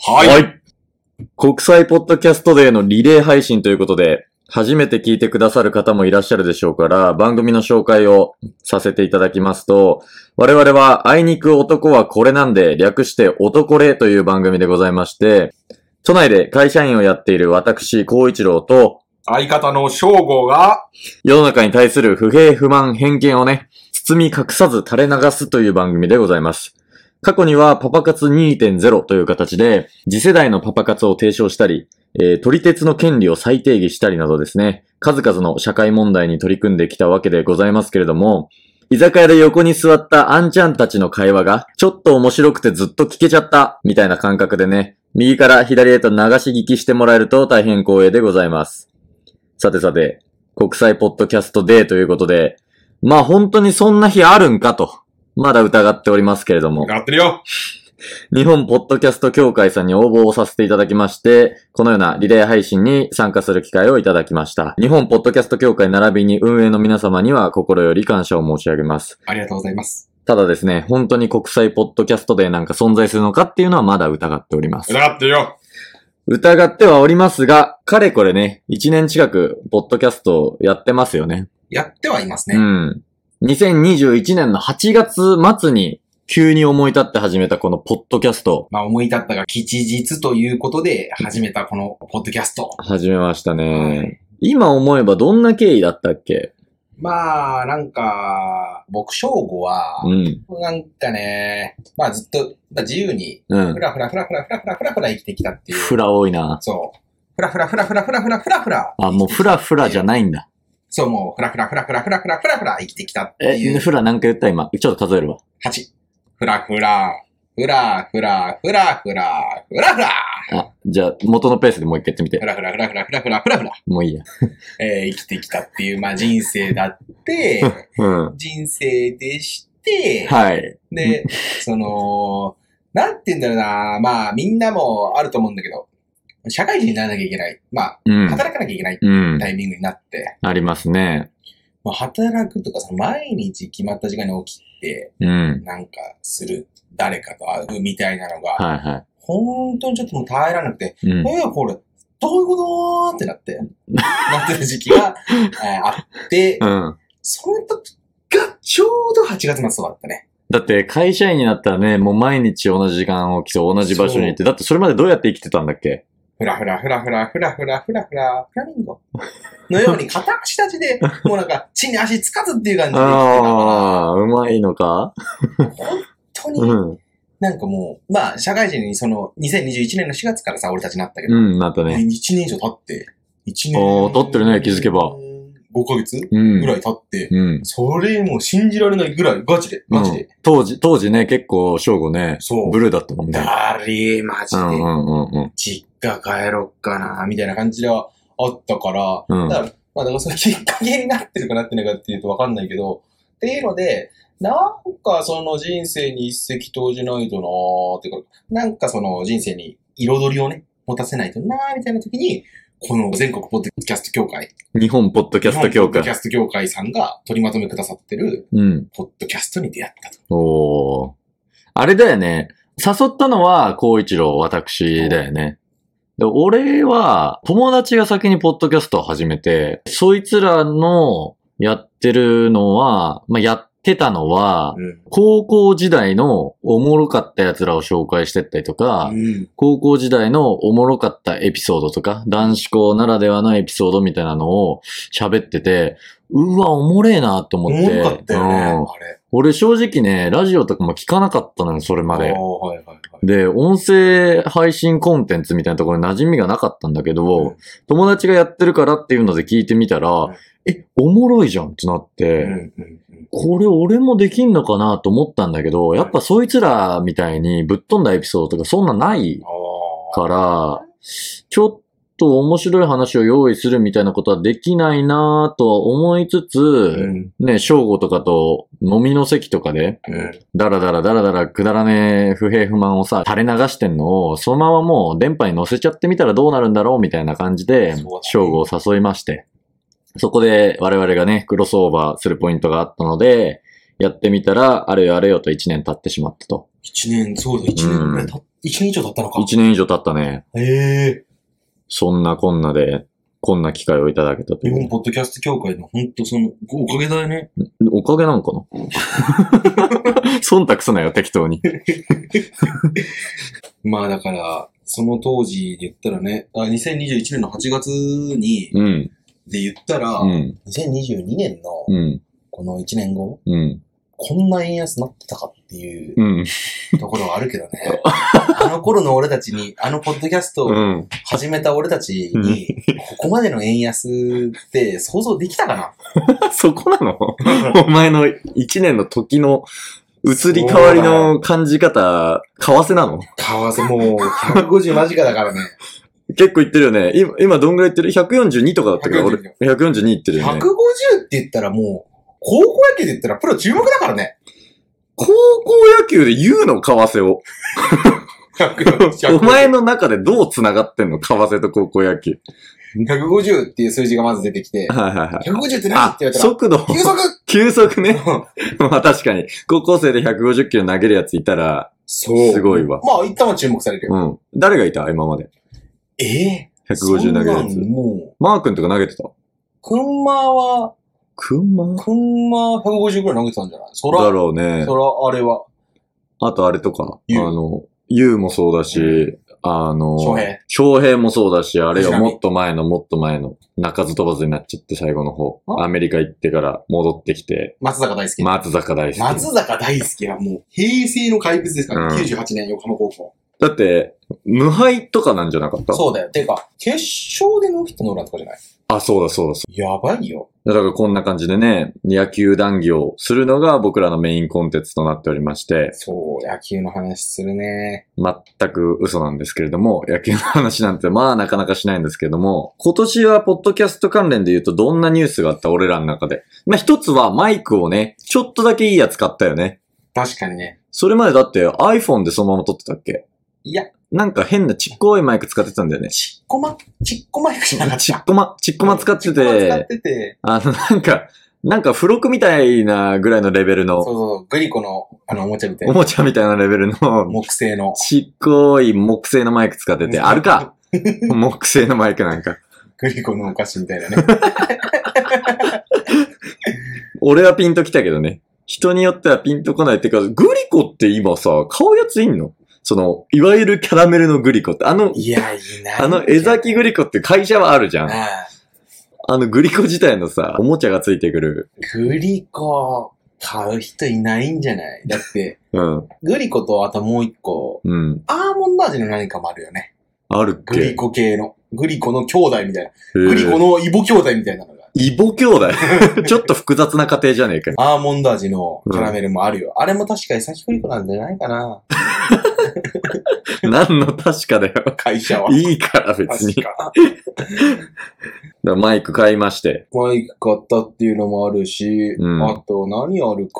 はい。い。国際ポッドキャストデーのリレー配信ということで、初めて聞いてくださる方もいらっしゃるでしょうから、番組の紹介をさせていただきますと、我々は、あいにく男はこれなんで、略して男れという番組でございまして、都内で会社員をやっている私、孝一郎と、相方の翔吾が、世の中に対する不平不満偏見をね、包み隠さず垂れ流すという番組でございます。過去にはパパ活2.0という形で、次世代のパパ活を提唱したり、えー、撮り鉄の権利を再定義したりなどですね、数々の社会問題に取り組んできたわけでございますけれども、居酒屋で横に座ったあんちゃんたちの会話が、ちょっと面白くてずっと聞けちゃった、みたいな感覚でね、右から左へと流し聞きしてもらえると大変光栄でございます。さてさて、国際ポッドキャストデーということで、まあ本当にそんな日あるんかと、まだ疑っておりますけれども、やってるよ。日本ポッドキャスト協会さんに応募をさせていただきまして、このようなリレー配信に参加する機会をいただきました。日本ポッドキャスト協会並びに運営の皆様には心より感謝を申し上げます。ありがとうございます。ただですね、本当に国際ポッドキャストデーなんか存在するのかっていうのはまだ疑っております。やってるよ。疑ってはおりますが、かれこれね、1年近くポッドキャストをやってますよね。やってはいますうね。ん。2021年の8月末に急に思い立って始めたこのポッドキャストまあ思い立ったが吉日ということで始めたこのポッドキャスト。始めましたね。今思えばどんな経緯だったっけまあ、なんか、僕、正吾は、うん。なんかね、まあずっと、まあ、自由に、うんふ。らふらふらふらふらふらふらふら生きてきたっていう。ふら多いな。そう。ふらふらふらふらふらふらふらふら。あ、もうふらふらじゃないんだ。そう、もう、ふらふらふらふらふらふらふらふら生きてきたっていえ、う。ふらなんか言った今。ちょっと数えるわ。 8。ふらふら、ふらふら、ふらふら、ふらふら。あ、じゃあ元のペースでもう一回やってみふて。らふらふらふらふらふらふらふら。もういいや。えー生きてきたっていう、まあ人生だって、 うん。人生でして、はい。で、その、なんて言うんだろうな、まあみんなもあると思うんだけど、社会人にならなきゃいけない。まあ、うん。働かなきゃいけないうん。タイミングになって、ありますね。まあ、働くとかさ、毎日決まった時間に起きて、うん。なんかする、誰かと会うみたいなのが、はいは本当にちょっともう耐えられなくて、い。うん。えーこれ、どういうことってなって、なってる時期 が、えーあってう、ん。その時がちょうど8月末とかだったね。だって会社員になったらね、もう毎日同じ時間を起きて同じ場所に行って、だってそれまでどうやって生きてたんだっけふらふらふらふらふらふらふらふら、フラミンゴのように片足立ち で、もうなんか地に足つかずっていう感じで生ああ、うまいのかきてたから、本当うにん。なんかもう、まあ社会人にその2021年の4月からさ、俺たちなったけど、うん、なったね。 1年以上経って、1年。おー経ってるね気づけば。 5ヶ月うぐん。らい経って、うん。それもう信じられないぐらい、ガチで、マジで。うん当時、当時ね、結構、正吾ね、そうブ。ルーだったもんね。だりー、マジうで。んうんうん実家帰ろっかな、みたいな感じではあったから、うん。うんだ。から、まあ、だからそれきっかけになってるかなってないかっていうとわかんないけど、っていうので、なんかその人生に一石投じないとなーっていうか、なんかその人生に彩りをね、持たせないとなーみたいな時に、この全国ポッドキャスト協会、日本ポッドキャスト日協本ポッドキャ会。スト協会さんが取りまとめくださってる、うん。ポッドキャストに出会ったと。おー。あれだよね。誘ったのは、孝一郎、私だよね。で俺は、友達が先にポッドキャストを始めて、そいつらのやってるのは、まあ、やってたのは、うん。高校時代のおもろかった奴らを紹介してったりとか、うん。高校時代のおもろかったエピソードとか、男子校ならではのエピソードみたいなのを喋ってて、うわ、おもれえなと思って。重かったよね、うんあれ。俺正直ね、ラジオとかも聞かなかったのよ、それまあでー。はいはいはい。で、音声配信コンテンツみたいなところに馴染みがなかったんだけど、うん友達がやってるからっていうので聞いてみたら、うんえ、おもろいじゃんってなって、うんうんうんこれ俺もできんのかなと思ったんだけど、やっぱそいつらみたいにぶっ飛んだエピソードとかそんなないあから、ちょっと面白い話を用意するみたいなことはできないなぁとは思いつつ、ーうんね、正午とかと飲みの席とかで、うんだらだらだらだらくだらねえ不平不満をさ、垂れ流してんのを、そのままもう電波に乗せちゃってみたらどうなるんだろうみたいな感じでそうだね、正午を誘いまして、そこで我々がね、クロスオーバーするポイントがあったので、やってみたら、あれよあれよと1年経ってしまったと。一年、そうだ、一年ぐらいた、一年以上経ったのか。 1年以上経ったね。ええそんなこんなで、こんな機会をいただけたとい日本う。ポッドキャスト協会の、ほんとその、おかげだよね。おかげなのかな忖度すな よ、適当に。まあだから、その当時で言ったらね、あ2021年の8月に、うん。で言ったら、うん。 2022年のうん。この1年後、うん。こんな円安なってたかっていううん。ところはあるけどね。あの頃の俺たちに、あのポッドキャストをうん。 始めた俺たちに、ここまでの円安って想像できた かそこなのお前の1年の時の移り変わりの感じ方、為替なのな為替もう150間近だからね。結構いってるよね。今、今どんぐらいいってる ?142 とかだったから、俺142。 142いってるよね。 150って言ったらもう、高校野球で言ったらプロ注目だから ね。高校野球で言うの、為替を。お前の中でどう繋がってんの為替と高校野球。 150っていう数字がまず出てき て、はいはいはい。 150って何っあて言われ、たら、速度。急速急速ね。 まあ確かに。高校生で150キロ投げるやついたら、そう。すごいわまあ、一旦は注目されるよ。うん。誰がいた今まで。ええ150投げるそやんなつん。もう、マー君とか投げてたくんまは、くんまくんま150ぐらい投げてたんじゃないそら、だろうね。そら、あれは、あとあれとか、あユウの、ユウもそうだし、あの、翔平。翔平もそうだし、あれよ、藤波もっと前のもっと前の、鳴かず飛ばずになっちゃって最後の方、あアメリカ行ってから戻ってきて、松坂大輔。松坂大輔。松坂大輔はもう、平成の怪物ですから、うん98年横浜高校。だって、無敗とかなんじゃなかったそうだよ。てか、決勝でノーヒットノーランとかじゃないあ、そうだそうだそやばいよ。うだ。だからこんな感じでね、野球談義をするのが僕らのメインコンテンツとなっておりまして、そう、野球の話するね。全く嘘なんですけれども、野球の話なんてまあなかなかしないんですけれども、今年はポッドキャスト関連で言うとどんなニュースがあった俺らの中で。まあ一つはマイクをね、ちょっとだけいいやつ買ったよね。確かにね。それまでだって iPhone でそのまま撮ってたっけいや、なんか変なちっこいマイク使ってたんだよね。ちっこま、ちっこまいじゃなかった。 ちっこま、ちっこま使って、ちっこま使っててて、あのなんか、なんか付録みたいなぐらいのレベルそうその、うそう、グリコの、あの、おもちゃみたいおな、もちゃみたいなレベルの、木製の。ちっこい木製のマイク使ってて、あ るか木製のマイクなんか。グリコのお菓子みたいな ね。俺はピンときたけどね。人によってはピンとこないっていうか、グリコって今さ、買うやついんのその、いわゆるキャラメルのグリコって、あの、いや、いない。あの江崎グリリコって会社はあるじゃコ。ん。あああのグリコ自体のさ、おもちゃがついてくる。グリコ、買う人いないんじゃないだって、うん。グリコとあともう一個、うん。アーモンド味の何かもあるよね。あるっけグリコ系の。グリコの兄弟みたいな。ググリコ。のイボ兄弟みたいなのが。イボ兄弟 ちょっと複雑な家庭じゃねえかよ。アーモンド味のキャラメルもあるよ。あれも確か江崎グリコなんじゃないかな。何の確かだよ。会社は。いいから別に。確だかか。らマイク買いまして。マイク買ったっていうのもあるし、うんあと何あるか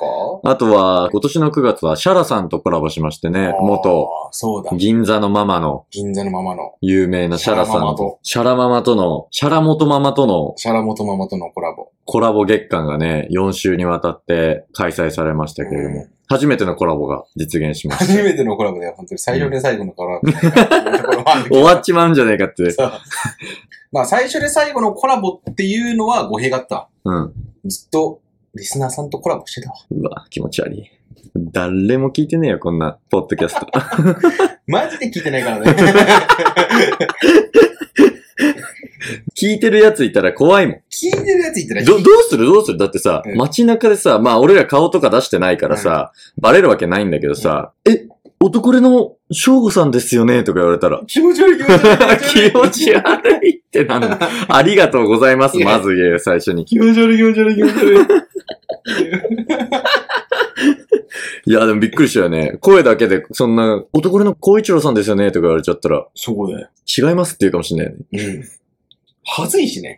あとは、今年の9月はシャラさんとコラボしましてね、元、。あーそうだ。銀座のママの銀座のままの、有名なシャラさシャラマんマとと、シャラママとの、シャラモトママとのシャラモトママとのコラボ。コラボ月間がね、4週にわたって開催されましたけれども、うん初めてのコラボが実現しま初した。めてのコラボだよ、本当に。最初で最後のコラボみたい なところもあるけど。 終わっちまうんじゃねえかって。そうまあ、最初で最後のコラボっていうのは語弊があった。うん。ずっと、リスナーさんとコラボしてたわ。うわ、気持ち悪い。誰も聞いてねえよ、こんな、ポッドキャ スト。マジで聞いてないからね。 聞いてるやついたら怖いもん。聞いてるやつ言ったら、ど、どうするどうするだってさ、うん街中でさ、まあ俺ら顔とか出してないからさ、バレるわけないんだけどさ、え、男れの翔吾さんですよねとか言われ たら、気持ち悪い気持ち悪い気持ち悪いってなん だ。ありがとうございます。まず言え、最初に。気持ち悪い気持ち悪い気持ち悪い。いや、でもびっくりしたよね。声だけで、そんな、男の孝一郎さんですよねとか言われちゃったら、そうだよ。違いますって言うかもしんないよね。うん。はずいしね。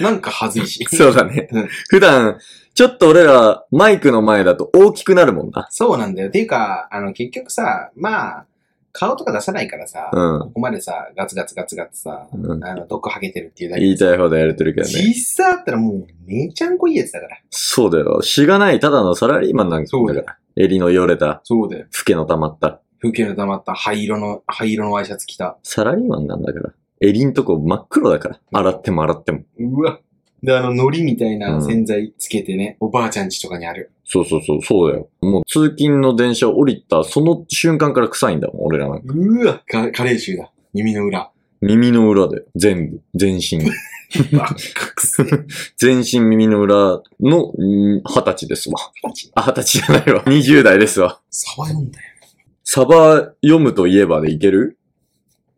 なんかはずいし。 そうだねうん。普段、ちょっと俺ら、マイクの前だと大きくなるもんな。そうなんだよ。ていうか、あの、結局さ、まあ、顔とか出さないからさ、うん。ここまでさ、ガツガツガツガツさ、うんあの、毒吐けてるっていうだけ言いたい放題やれてるけどね。実際あったらもう、めちゃんこいいやつだから。そうだよ。しがない、ただのサラリーマンなんかそうだだよから。襟のよれた、そうだよ。フケの溜まった。風景の溜まった灰色の、灰色のワイシャツ着た。サラリーマンなんだから。襟んとこ真っ黒だから。洗っても洗っても。うわ。で、あの、海苔みたいな洗剤つけてね、おばあちゃんちとかにある。そうそうそう、そうだよ。もう通勤の電車降りた、その瞬間から臭いんだもん、俺らなんか。うわ。かカレー臭だ。耳の 裏。耳の裏で、全部、全身。バカくせえ。 全身耳の裏の、ん二十歳ですわ。マジあ、二十歳じゃないわ。二十代ですわ。サバ読んだよ。サバ読むといえばでいける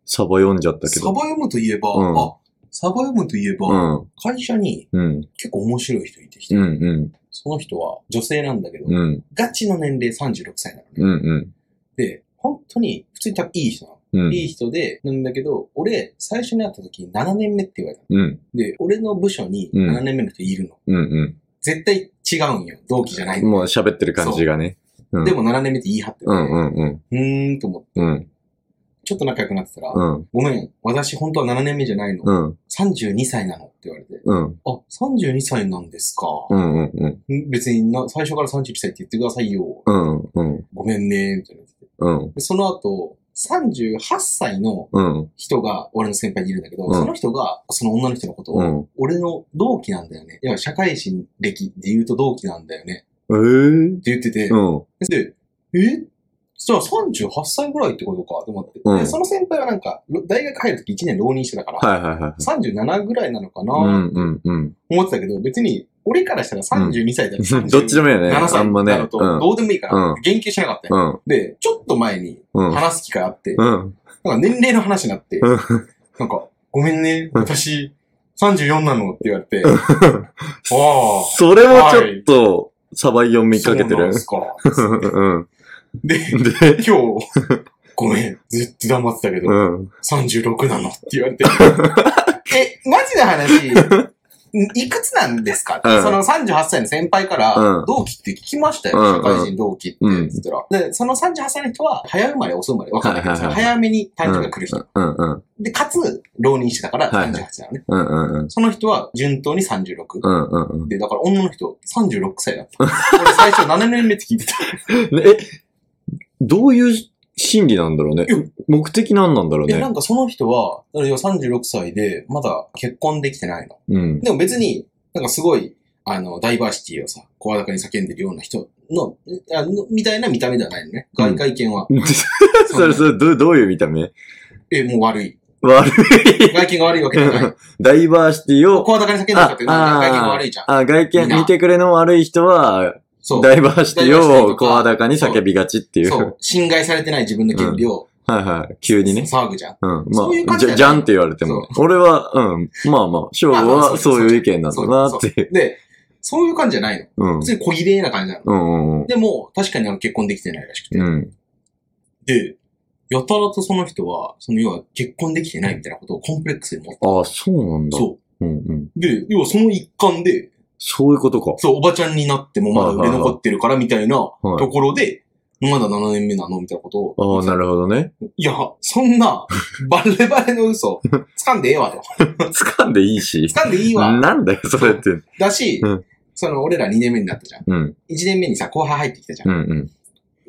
サバ読んじゃったけサバど。読むといえば、うんあ、サバ読むといえば、うん。会社にうん。結構面白い人いてきて、うん。うん。その人は女性なんだけど、うん。ガチの年齢36歳なのね。うん。うん。で、本当に、普通に多分いい人なの。うん。いい人で、なんだけど、俺、最初に会った時に7年目って言われたの。うん。で、俺の部署にうん7年目の人いるの。うん。絶対違うんよ。同期じゃないうん。もう喋ってる感じがね。うん。でも7年目って言い張ってるうん。うん。うん。うーんと思って、うん。ちょっと仲良くなってたら、うん。ごめん、私本当は7年目じゃないの。うん。 32歳なのって言われて、うん。あ、32歳なんですか。うん。うん。うん。ん別にな、最初から31歳って言ってくださいよ。うん。うん。ごめんね、みたいな。うん。で、その後、38歳のうん。人が俺の先輩にいるんだけど、うんその人が、その女の人のことを、うん。俺の同期なんだよね。いや、社会人歴で言うと同期なんだよね。えぇって言ってて、うん。で、えじゃあ38歳ぐらいってことかと思って。うんで、その先輩はなんか、ろ大学入るとき1年浪人してたから、はいはいはい。 37ぐらいなのかな、うん。うん。うん。思ってたけど、別に、俺からしたら32歳だよ、 どっちでもいいよね。 7あ歳んまね。なのと、うん。どうでもいいから、うん言及しなかったよ、うん。で、ちょっと前にうん。話す機会あって、うん。なんか年齢の話になって、うんなんか、ごめんね、うん私、34なのって言われて、ああ、それもちょっと、サバ読みかけてそうなんるで。すか。うん。で、で、今日、ごめん、ずっと黙ってたけど、うん。 36なのって言わ れて。え、マジな話、んいくつなんですか、うんその38歳の先輩から、うん同期って聞きましたよ、うん社会人同期って、うんつったら。で、その38歳の人は、早生まれ、遅生まれ、わかんないけど、はいはいはい早めに誕生日が来る人。うん。うん。で、かつ、浪人してたから38はいなはいのね。うん。うん。その人は、順当に36。うん。うん。で、だから女の人、36歳だった。俺最初7年目って聞いてた。ねえ、どういう心理なんだろうねいや。目的なんなんだろうで、なね。んかその人は、いや36歳で、まだ結婚できてないの。うん。でも別に、なんかすごい、あの、ダイバーシティをさ、声高に叫んでるような人の、あのみたいな見た目ではないのね。外界見 は。それ、それ、どうどういう見た目え、もう悪い。悪い。外見が悪いわけじゃ ない。ダイバーシティを、声高に叫んでるかっていうのは外見が悪いじゃん。あ、外みんな見、見てくれの悪い人は、そう。ダイバーシテダイバーシティィをとか声高に叫びがちっていう。そはう。侵害されてない自分の権利を、い はい。急にね。騒ぐじゃん。うん。まそういうあ、感じじだよゃ、ねじゃんって言われても。俺は、うん。まあまあ、翔まあまあはそうそうだよいう意見なんだなそっうだていう。で、そういう感じじゃないの。うん。うん普通に小綺麗な感じなの。うんうん。でも、確かにあの結婚できてないらしくて。うん。で、やたらとその人は、その要は結婚できてないみたいなことをコンプレックスで持ってああ、そうなんだ。そうんうん。う。で、要はその一環で、そういうことか。そう、おばちゃんになってもまだ売れ残ってるからみたいなとはいころで、まだ7年目なのみたいなことああ、を。なるほどね。いや、そんな、バレバレの 嘘、掴んでええわと。掴んでいいし。掴んでいいわ。なんだよ、それって。だしうん、その、俺ら2年目になったじゃん。うん、 1年目にさ、後輩入ってきたじゃんうん、うん。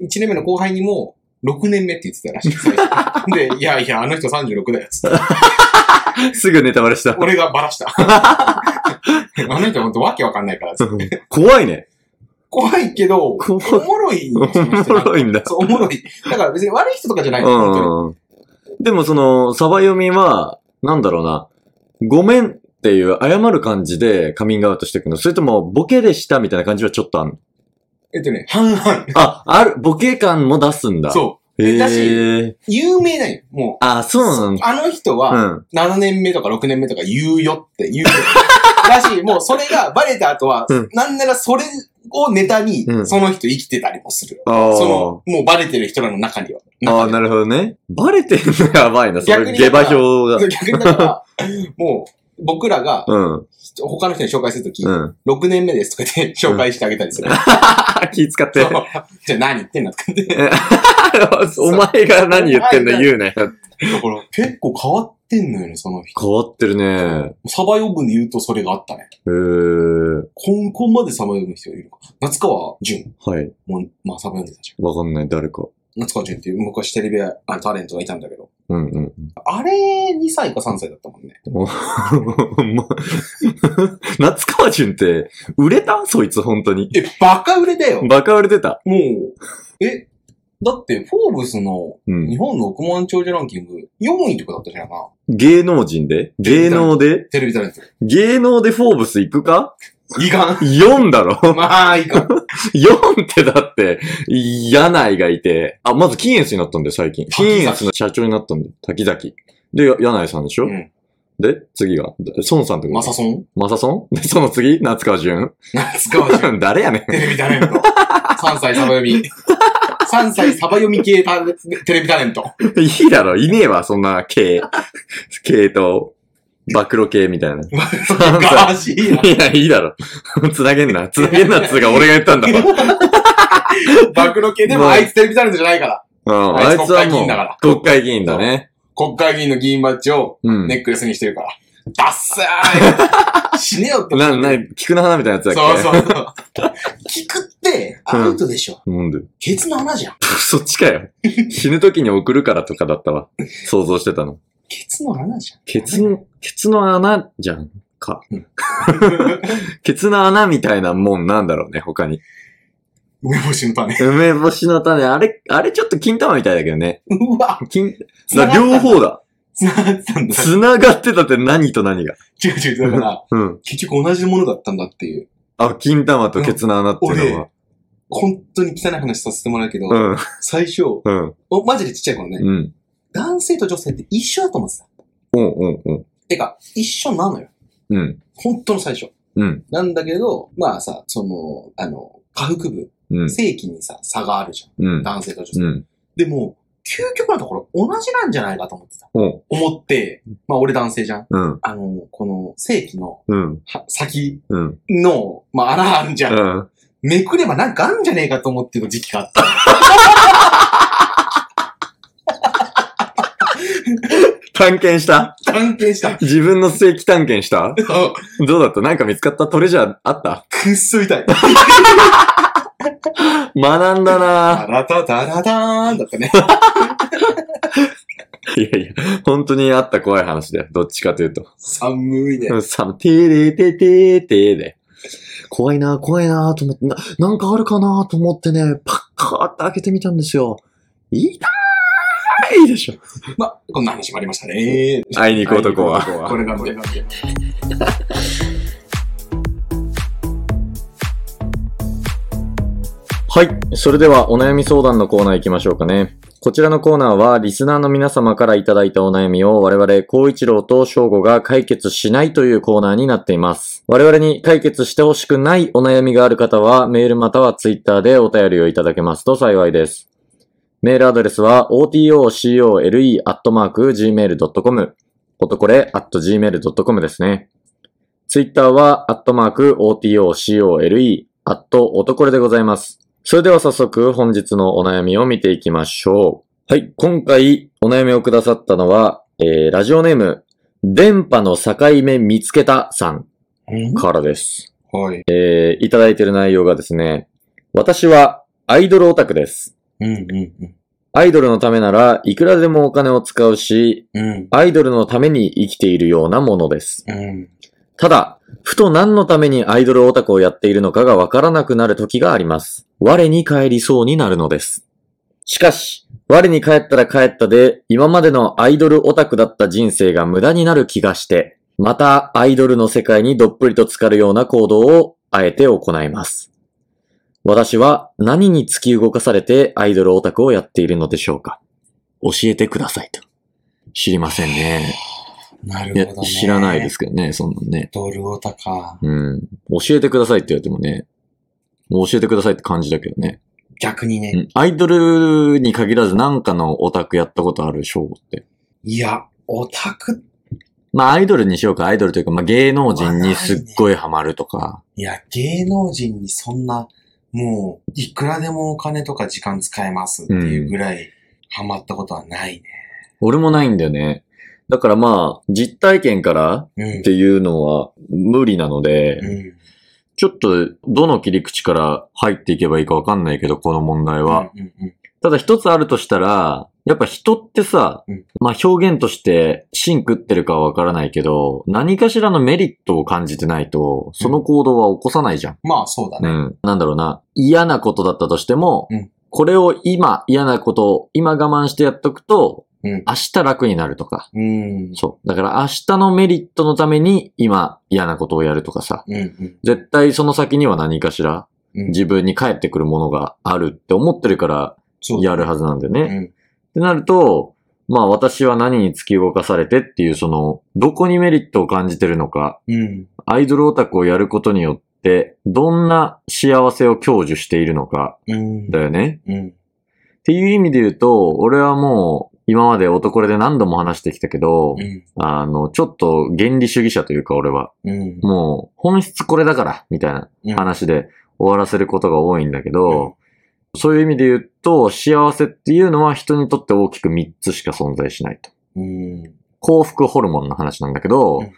一年目の後輩にも、6年目って言ってたらしい。最 初で、いやいや、あの人36だよ、つって。すぐネタバレした。俺がバラした。 あの人ほんとわけわかんないから、つって怖いね。怖いけど、お怖いもろい。おもろい。いん だ。そう、おもろい。だから別に悪い人とかじゃないの、本当に。うん。でもその、サバ読みは、なんだろうな。ごめんっていう謝る感じでカミングアウトしていくのそれとも、ボケでしたみたいな感じはちょっとあんのえっとね、半々。あ、ある、ボケ感も出すんだ。。そうへだしえ。う。有名なんよ、もう。あ、そうなんだ。あの人うは、ん。 7年目とか6年目とか言うよって 言うよ。だし、もうそれがバレた後はうん、なんならそれをネタにう、んその人生きてたりもする。あーその、もうバレてる人らの中には。あー、なるほどね。バレてんのやばいな、そ逆れ、に下馬評が。逆にだから、もう、僕らがうん。他の人に紹介するとき、うん。 6年目ですとか 言って紹介してあげたりする。あ、気使ってそう。じゃあ何言ってんだとかって お前が何言ってんの言うね。 だから結構変わってんのよね、その人。変わってるね。サバ呼ぶで言うとそれがあったね。うー。こん、こんまでサバ呼ぶ人いるのか。夏川淳はい。も、まあサバ呼んでたじゃわかんない、誰か。ん。夏川淳っていう昔テレビあタレントがいたんだけど。うんうん。あれ、2歳か3歳だったもんね。 ま夏川淳って、売れたそいつ、本当に。え、バカ売れだよ。もバカ売れてた。う。え、だって、フォーブスのうん日。本の億万長者ランキング4位とかだったじゃんかな。芸能人で芸能でテレビタレント。芸能でフォーブス行くかいかん。 ?4 だろ まあ、いかん。 ?4 ってだって、柳井がいて、あ、まず金エスになったんだよ、最近。滝崎金エスの社長になったんだよ、滝崎。で、や柳井さんでしょ、うん。で、次が、で孫さんってことマサソン マサソンで、その次夏川淳 夏川淳。誰やねん。テレビタレント。3歳サバ読み。3歳サバ読み系タテレビタレント。 いいだろ、いねえわ、そんな 系。系と、暴露系みた いな。ガーシーや。いや、いいだろ。つなげんな。つなげんなっつうか、俺が言った んだわ。暴露系でもあいつテレビタレントじゃないから。うん、ああいいつつは国会も議員だからう、国会議員だね。国会議員の議員バッジをうん。ネックレスにしてるから。ダッサ ーい死ねよって。な、な、菊の花みたいなやつだっそうけそうそう。聞くって、アウトでしょ。なんでケツの穴じゃん。プそっちかよ。死ぬ時に送るからとかだったわ。想像してたの。ケツの穴じ ゃん。ケツの、ケツの穴じゃんかうん。ケツの穴みたいなもんなんだろうね、他に。梅干しの種。梅干しの種、あれ、あれちょっと金玉みたいだけどね。うわ金、だ両。方だ。繋がったんだ。繋がってたって何と何が。違う違う。だから、うん。結局同じものだったんだっていう。あ、金玉とケツの穴っていうのは。本当に汚い話させてもらうけど、うん、最初、うん、お、マジでちっちゃい頃ね、うん。男性と女性って一緒だと思ってた。うん、うん、うん。てか、一緒なのよ。うん、本当の最初。うん、なんだけど、まあさ、その、あの、下腹部、うん、性器にさ、差があるじゃうんん。。男性と女性。うん。でも、究極のところ同じなんじゃないかと思ってた。お思って、まあ俺男性じゃん。うん、あの、この性器のうん、は先うん。の、まあ穴あるじゃん。うん。めくればなんかあるんじゃねえかと思ってた時期があった。探検した 探検した。自分の性器探検したどうだったなんか見つかったトレジャーあったくっそ 痛い。学んだあならただらだーんだったね。ぁ。いやいや、本当にあった怖い話だよ。どっちかというと。寒いね。うん、さ、てーれーてーてーてーで。怖いな、怖いなと思って、な、なんかあるかなと思ってね、パッカーって開けてみたんですよ。痛いでしょ。ま、こんな話もありましたね。会いに行く男は。これがこれが。はい。それではお悩み相談のコーナー行きましょうかね。こちらのコーナーはリスナーの皆様からいただいたお悩みを我々、光一郎と翔吾が解決しないというコーナーになっています。我々に解決してほしくないお悩みがある方はメールまたはツイッターでお便りをいただけますと幸いです。メールアドレスは otocole.gmail.com 男れ .gmail.com ですね。ツイッターは、アットマーク、otocole、アット、男れでございます。それでは早速本日のお悩みを見ていきましょう。はい、今回お悩みをくださったのは、えー、ラジオネーム、電波の境目見つけたさんからです。はい。えー、いただいている内容がですね、私はアイドルオタクです。うんうんアイドルのためならいくらでもお金を使うし、うん。うんアイドルのために生きているようなものです。うん。ただ、ふと何のためにアイドルオタクをやっているのかがわからなくなる時があります。我に帰りそうになるのです。しかし、我に帰ったら帰ったで、今までのアイドルオタクだった人生が無駄になる気がして、またアイドルの世界にどっぷりと浸かるような行動をあえて行います。私は何に突き動かされてアイドルオタクをやっているのでしょうか教えてくださいと。知りませんね。なるいやほど、ね。知らないで。すけどね、そんなんね。ドルオタか。うん。教えてくださいって言われてもね、もう教えてくださいって感じだけどね。逆にうね。ん。アイドルに限らずなんかのオタクやったことある、ショーって。いや、オタクまあアイドルにしようか、アイドルというか、まあ芸能人にすっごいハマるとか。いや、芸能人にそんな、もう、いくらでもお金とか時間使えますっていうぐらい、ハマったことはないね。俺もないんだよね。だからまあ、実体験からうん。っていうのは無理なので、うん。ちょっとどの切り口から入っていけばいいかわかんないけど、この問題は。うんうんただ一つあるとしたら、やっぱ人ってさ、うんまあ表現として芯食ってるかはわからないけど、何かしらのメリットを感じてないと、その行動は起こさないじゃん。まあ、そうだうね。ん。なんだろうな。嫌なことだったとしても、うんこれを今嫌なことを今我慢してやっとくと、うん。明日楽になるとか。うん。そう。だから明日のメリットのために今嫌なことをやるとかさ。うんうん。絶対その先には何かしらうん自分に返ってくるものがあるって思ってるからそうだやるはずなんだようね。ん。ってなると、まあ私は何に突き動かされてっていうその、どこにメリットを感じてるのか、うん。アイドルオタクをやることによって、どんな幸せを享受しているのかうん。だよね。うん。っていう意味で言うと、俺はもう今まで男で何度も話してきたけどう、ん。あの、ちょっと原理主義者というか俺は、うん。もう本質これだから、みたいなうん話で終わらせることが多いんだけど、そういう意味で言うと、幸せっていうのは人にとって大きく3つしか存在しないと。うん。幸福ホルモンの話なんだけど、うん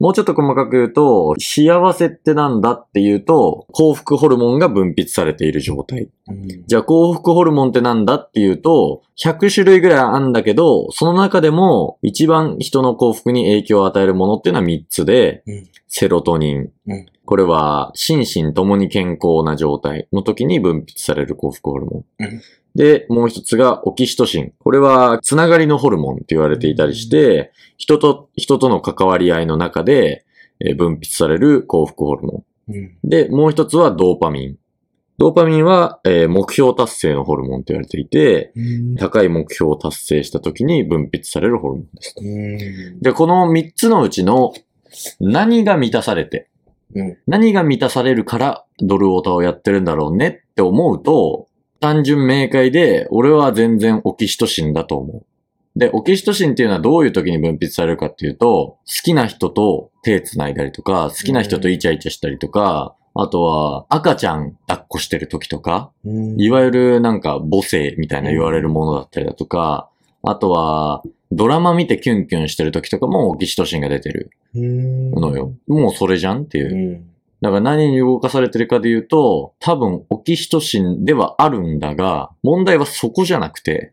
もうちょっと細かく言うと、幸せってなんだっていうと、幸福ホルモンが分泌されている状態。うんじゃあ幸福ホルモンってなんだっていうと、100種類ぐらいあるんだけど、その中でも一番人の幸福に影響を与えるものっていうのは3つで、うんセロトニン。うんこれは心身ともに健康な状態の時に分泌される幸福ホルモン。うんで、もう一つがオキシトシン。これはつながりのホルモンって言われていたりして、人と、人との関わり合いの中でえー分泌される幸福ホルモン。うん。で、もう一つはドーパミン。ドーパミンは、えー目標達成のホルモンと言われていて、うん。高い目標を達成した時に分泌されるホルモンです。うん。で、この3つのうちの何が満たされて、うん何が満たされるからドルオタをやってるんだろうねって思うと、単純明快で、俺は全然オキシトシンだと思う。で、オキシトシンっていうのはどういう時に分泌されるかっていうと、好きな人と手繋いだりとか、好きな人とイチャイチャしたりとか、あとは赤ちゃん抱っこしてる時とか、うんいわゆるなんか母性みたいな言われるものだったりだとか、あとは、ドラマ見てキュンキュンしてる時とかもオキシトシンが出てるのよ。。もうそれじゃんっていうう。ん。だから何に動かされてるかで言うと、多分オキシトシンではあるんだが、問題はそこじゃなくて、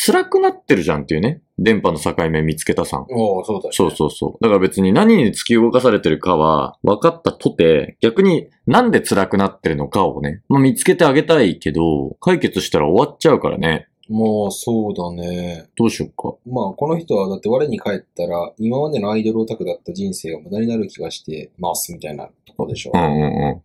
辛くなってるじゃんっていうね。電波の境目見つけたさん。おーそうだねそうそうそう。だから別に何に突き動かされてるかは分かったとて、逆になんで辛くなってるのかをね、まあ見つけてあげたいけど、解決したら終わっちゃうからね。まあ、そうだね。どうしようまあ、この人は、だって我に返ったら、今までのアイドルオタクだった人生が無駄になる気がしてますみたいなとこでしょ。か。うんうん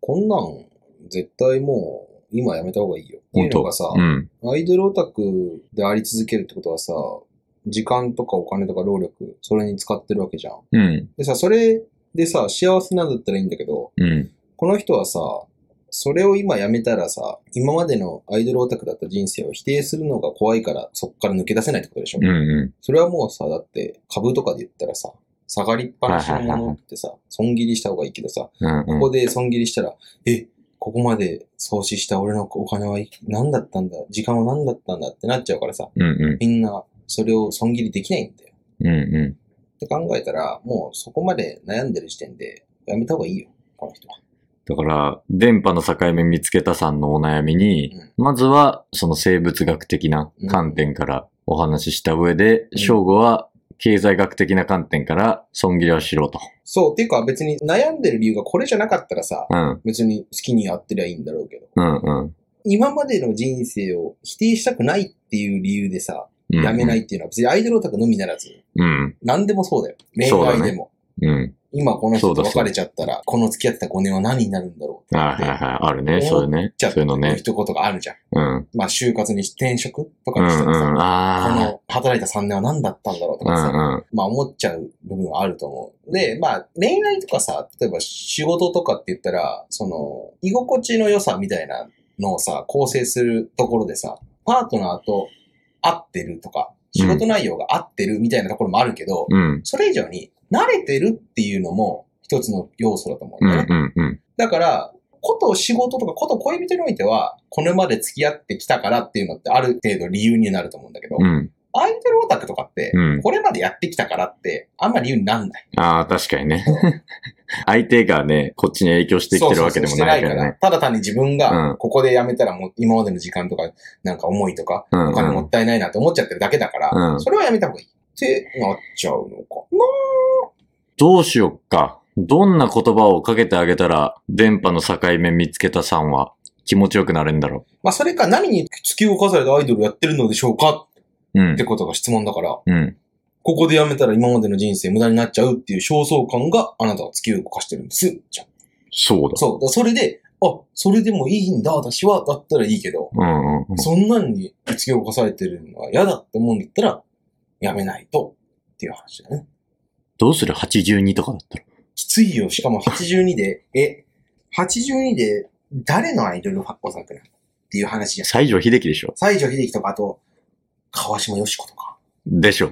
こんなん、絶対もう、今やめた方がいいよ。ってい本う当のがさう、ん。うん。アイドルオタクであり続けるってことはさ、時間とかお金とか労力、それに使ってるわけじゃん。うん。でさ、それでさ、幸せなんだったらいいんだけど、うん。この人はさ、それを今やめたらさ、今までのアイドルオタクだった人生を否定するのが怖いから、そこから抜け出せないってことでしょ、うんうそれはもうさ、だって株とかで言ったらさ、下がりっぱなしのものってさ、損切りした方がいいけどさ、ん。うんこうこで損切りしたら、え、ここまで創始した俺のお金は何だったんだ時間は何だったんだってなっちゃうからさ、ん。うんうみんなそれを損切りできないんだよ。ん。うんうん。って考えたら、もうそこまで悩んでる時点でやめた方がいいよ、この人は。だから、電波の境目見つけたさんのお悩みに、うまずはその生物学的な観点からお話しした上で、ん正吾は経済学的な観点から損切りはしろと。そう、っていうか別に悩んでる理由がこれじゃなかったらさ、うん。別に好きにやってりゃいいんだろうけど、うんうん。今までの人生を否定したくないっていう理由でさ、うんやめないっていうのは別にアイドルオタクのみならず、うん。何でもそうだよ。恋そうだね愛でも。うん。今この人そうだとそう別だれちゃったら、この付き合ってた5年は何になるんだろうってはいはいはい。あるね。そういうね。じそゃういうのね。一言があるじゃん。うん。うんまあ、就活に転職とうかん。にしたらさ、こあの働いた3年は何だったんだろうとあ。うかさ、んうん。まあ思っちゃう部分はあると思う。で、まあ恋愛とかさ、例えば仕事とかって言ったら、その、居心地の良さみたいなのをさ、構成するところでさ、パートナーと会ってるとか、仕事内容が合ってるみたいなところもあるけど、うん。それ以上に慣れてるっていうのも一つの要素だと思ううんんだよね。うんうん。だから、こと仕事とかこと恋人においては、これまで付き合ってきたからっていうのってある程度理由になると思うんだけど、うん。アイドルオタクとかって、うんこれまでやってきたからって、あんまり理由になんない。ああ、確かにね。相手がね、こっちに影響してきてるわけでもないからね。ただ単に自分うが、んここでやめたらもう今までの時間とか、なんか思いとか、うんお金もったいないなって思っちゃってるだけだから、うんそれはやめた方がいい。ってなっちゃうのかどうしよっか。どんな言葉をかけてあげたら、電波の境目見つけたさんは気持ちよくなれるんだろまあそれか何に突き動かされたアイドルやってるのでしょうかう。うっんて。ことが質問だから、うん。ここでやめたら今までの人生無駄になっちゃうっていう焦燥感があなたを突き動かしてるんです。じゃあそうだ。そう。だからそれで、あ、それでもいいんだ、私は、だったらいいけど、うんうんうん。そんなんに突き動かされてるのは嫌だって思うんだったら、やめないと、っていう話だね。どうする ?82 とかだったら。きついよ。しかも82で、え、82で誰のアイドルオタクなのっていう話じゃん。西城秀樹でしょ西城秀樹とか、あと、川島よし子とか、でしょ。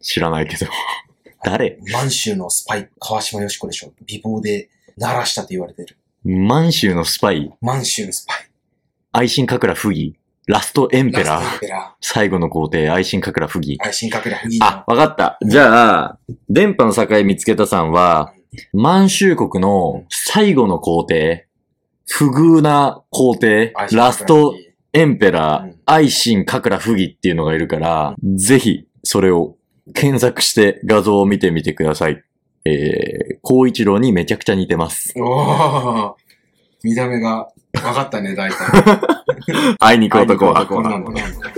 知らないけど。 誰満州のスパイ、川島よし子でしょ。美貌で鳴らしたと言われてる。満州のスパイ、満州のスパイ。愛新覚羅不義、ラストエンペララスー、トエンペラ最後の皇帝、愛新覚羅不義ー。。愛新覚羅不義あの、わかった。じゃあ、電波の境見つけたさんは、満州国の最後の皇帝、不遇な皇帝、愛新ラス覚羅不ト義エンペラうーん、愛新覚羅不義っていうのがいるから、ぜひ、それを検索して画像を見てみてください。えー、孝一郎にめちゃくちゃ似てます。おー見た目が分かったね、大体。 会いに行く男は。こんなのなんだ